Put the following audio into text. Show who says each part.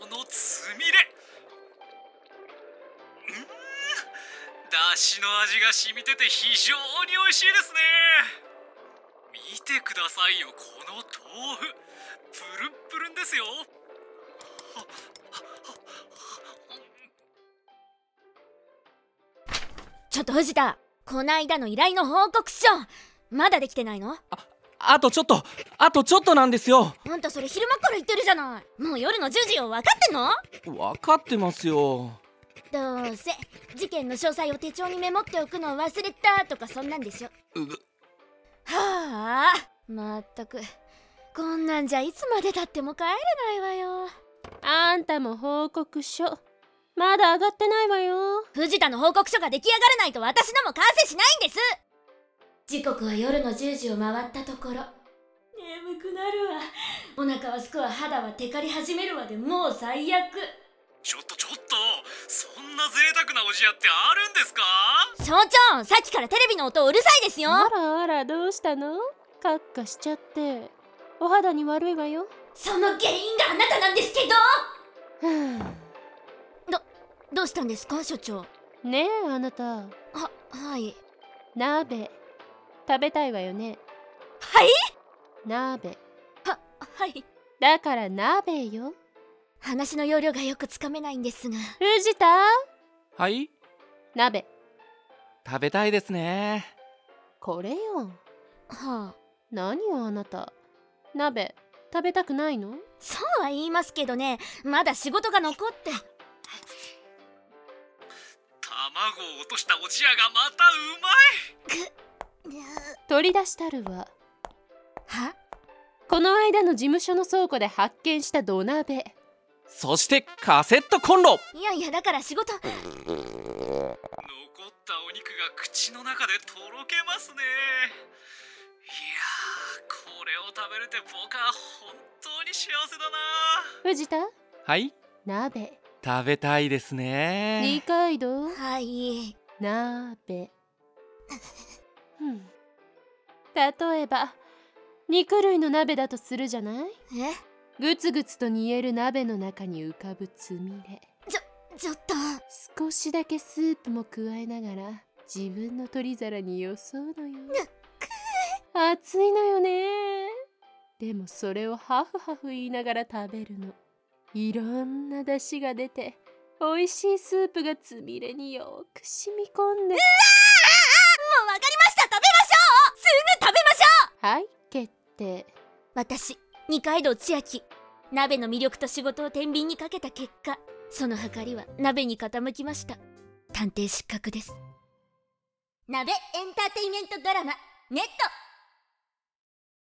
Speaker 1: このつみれうーんだしの味が染みてて非常に美味しいですね見てくださいよこの豆腐プルンプルンですよははは
Speaker 2: ちょっと藤田こないだの依頼の報告書まだできてないの
Speaker 3: あとちょっとあとちょっとなんですよ
Speaker 2: あんたそれ昼間から言ってるじゃないもう夜の10時を分かってんの
Speaker 3: 分かってますよ
Speaker 2: どうせ事件の詳細を手帳にメモっておくのを忘れたとかそんなんでしょ
Speaker 3: う
Speaker 2: はあまったくこんなんじゃいつまでたっても帰れないわよ
Speaker 4: あんたも報告書まだ上がってないわよ
Speaker 2: 藤田の報告書が出来上がらないと私のも完成しないんです時刻は夜の10時を回ったところ眠くなるわお腹はすくわ肌はテカり始めるわでもう最悪
Speaker 1: ちょっとちょっとそんな贅沢なおじやってあるんですか
Speaker 2: 所長さっきからテレビの音うるさいですよ
Speaker 4: あらあらどうしたのカッカしちゃってお肌に悪いわよ
Speaker 2: その原因があなたなんですけ
Speaker 4: ふぅ
Speaker 2: どどうしたんですか所長
Speaker 4: ねえあなた
Speaker 2: ははい
Speaker 4: 鍋食べたいわよね
Speaker 2: はい
Speaker 4: 鍋
Speaker 2: はい
Speaker 4: だから鍋よ
Speaker 2: 話の要領がよくつかめないんですが
Speaker 4: 藤田
Speaker 3: はい
Speaker 4: 鍋
Speaker 3: 食べたいですね
Speaker 4: これよ
Speaker 2: はあ
Speaker 4: 何よあなた鍋食べたくないの
Speaker 2: そうは言いますけどねまだ仕事が残って
Speaker 1: 卵を落としたおじやがまたうまい
Speaker 4: 取り出したるわ
Speaker 2: は
Speaker 4: この間の事務所の倉庫で発見した土鍋
Speaker 3: そしてカセットコンロ
Speaker 2: いやいやだから仕事
Speaker 1: 残ったお肉が口の中でとろけますねいやーこれを食べれて僕は本当に幸せだな
Speaker 4: 藤田
Speaker 3: はい
Speaker 4: 鍋
Speaker 3: 食べたいです
Speaker 4: 二
Speaker 3: ね
Speaker 4: 階堂
Speaker 2: はい
Speaker 4: 鍋 うん例えば肉類の鍋だとするじゃない
Speaker 2: え
Speaker 4: グツグツと煮える鍋の中に浮かぶつみれ
Speaker 2: ちょっと
Speaker 4: 少しだけスープも加えながら自分の取り皿によそうのよ熱いのよねでもそれをハフハフ言いながら食べるのいろんな出汁が出て美味しいスープがつみれによく染み込んで
Speaker 2: もうわかりました食べましょうすぐ食べましょ
Speaker 4: はい決定
Speaker 2: う私二階堂千秋鍋の魅力と仕事を天秤にかけた結果その計りは鍋に傾きました探偵失格です鍋エンターテインメントドラマ「ネット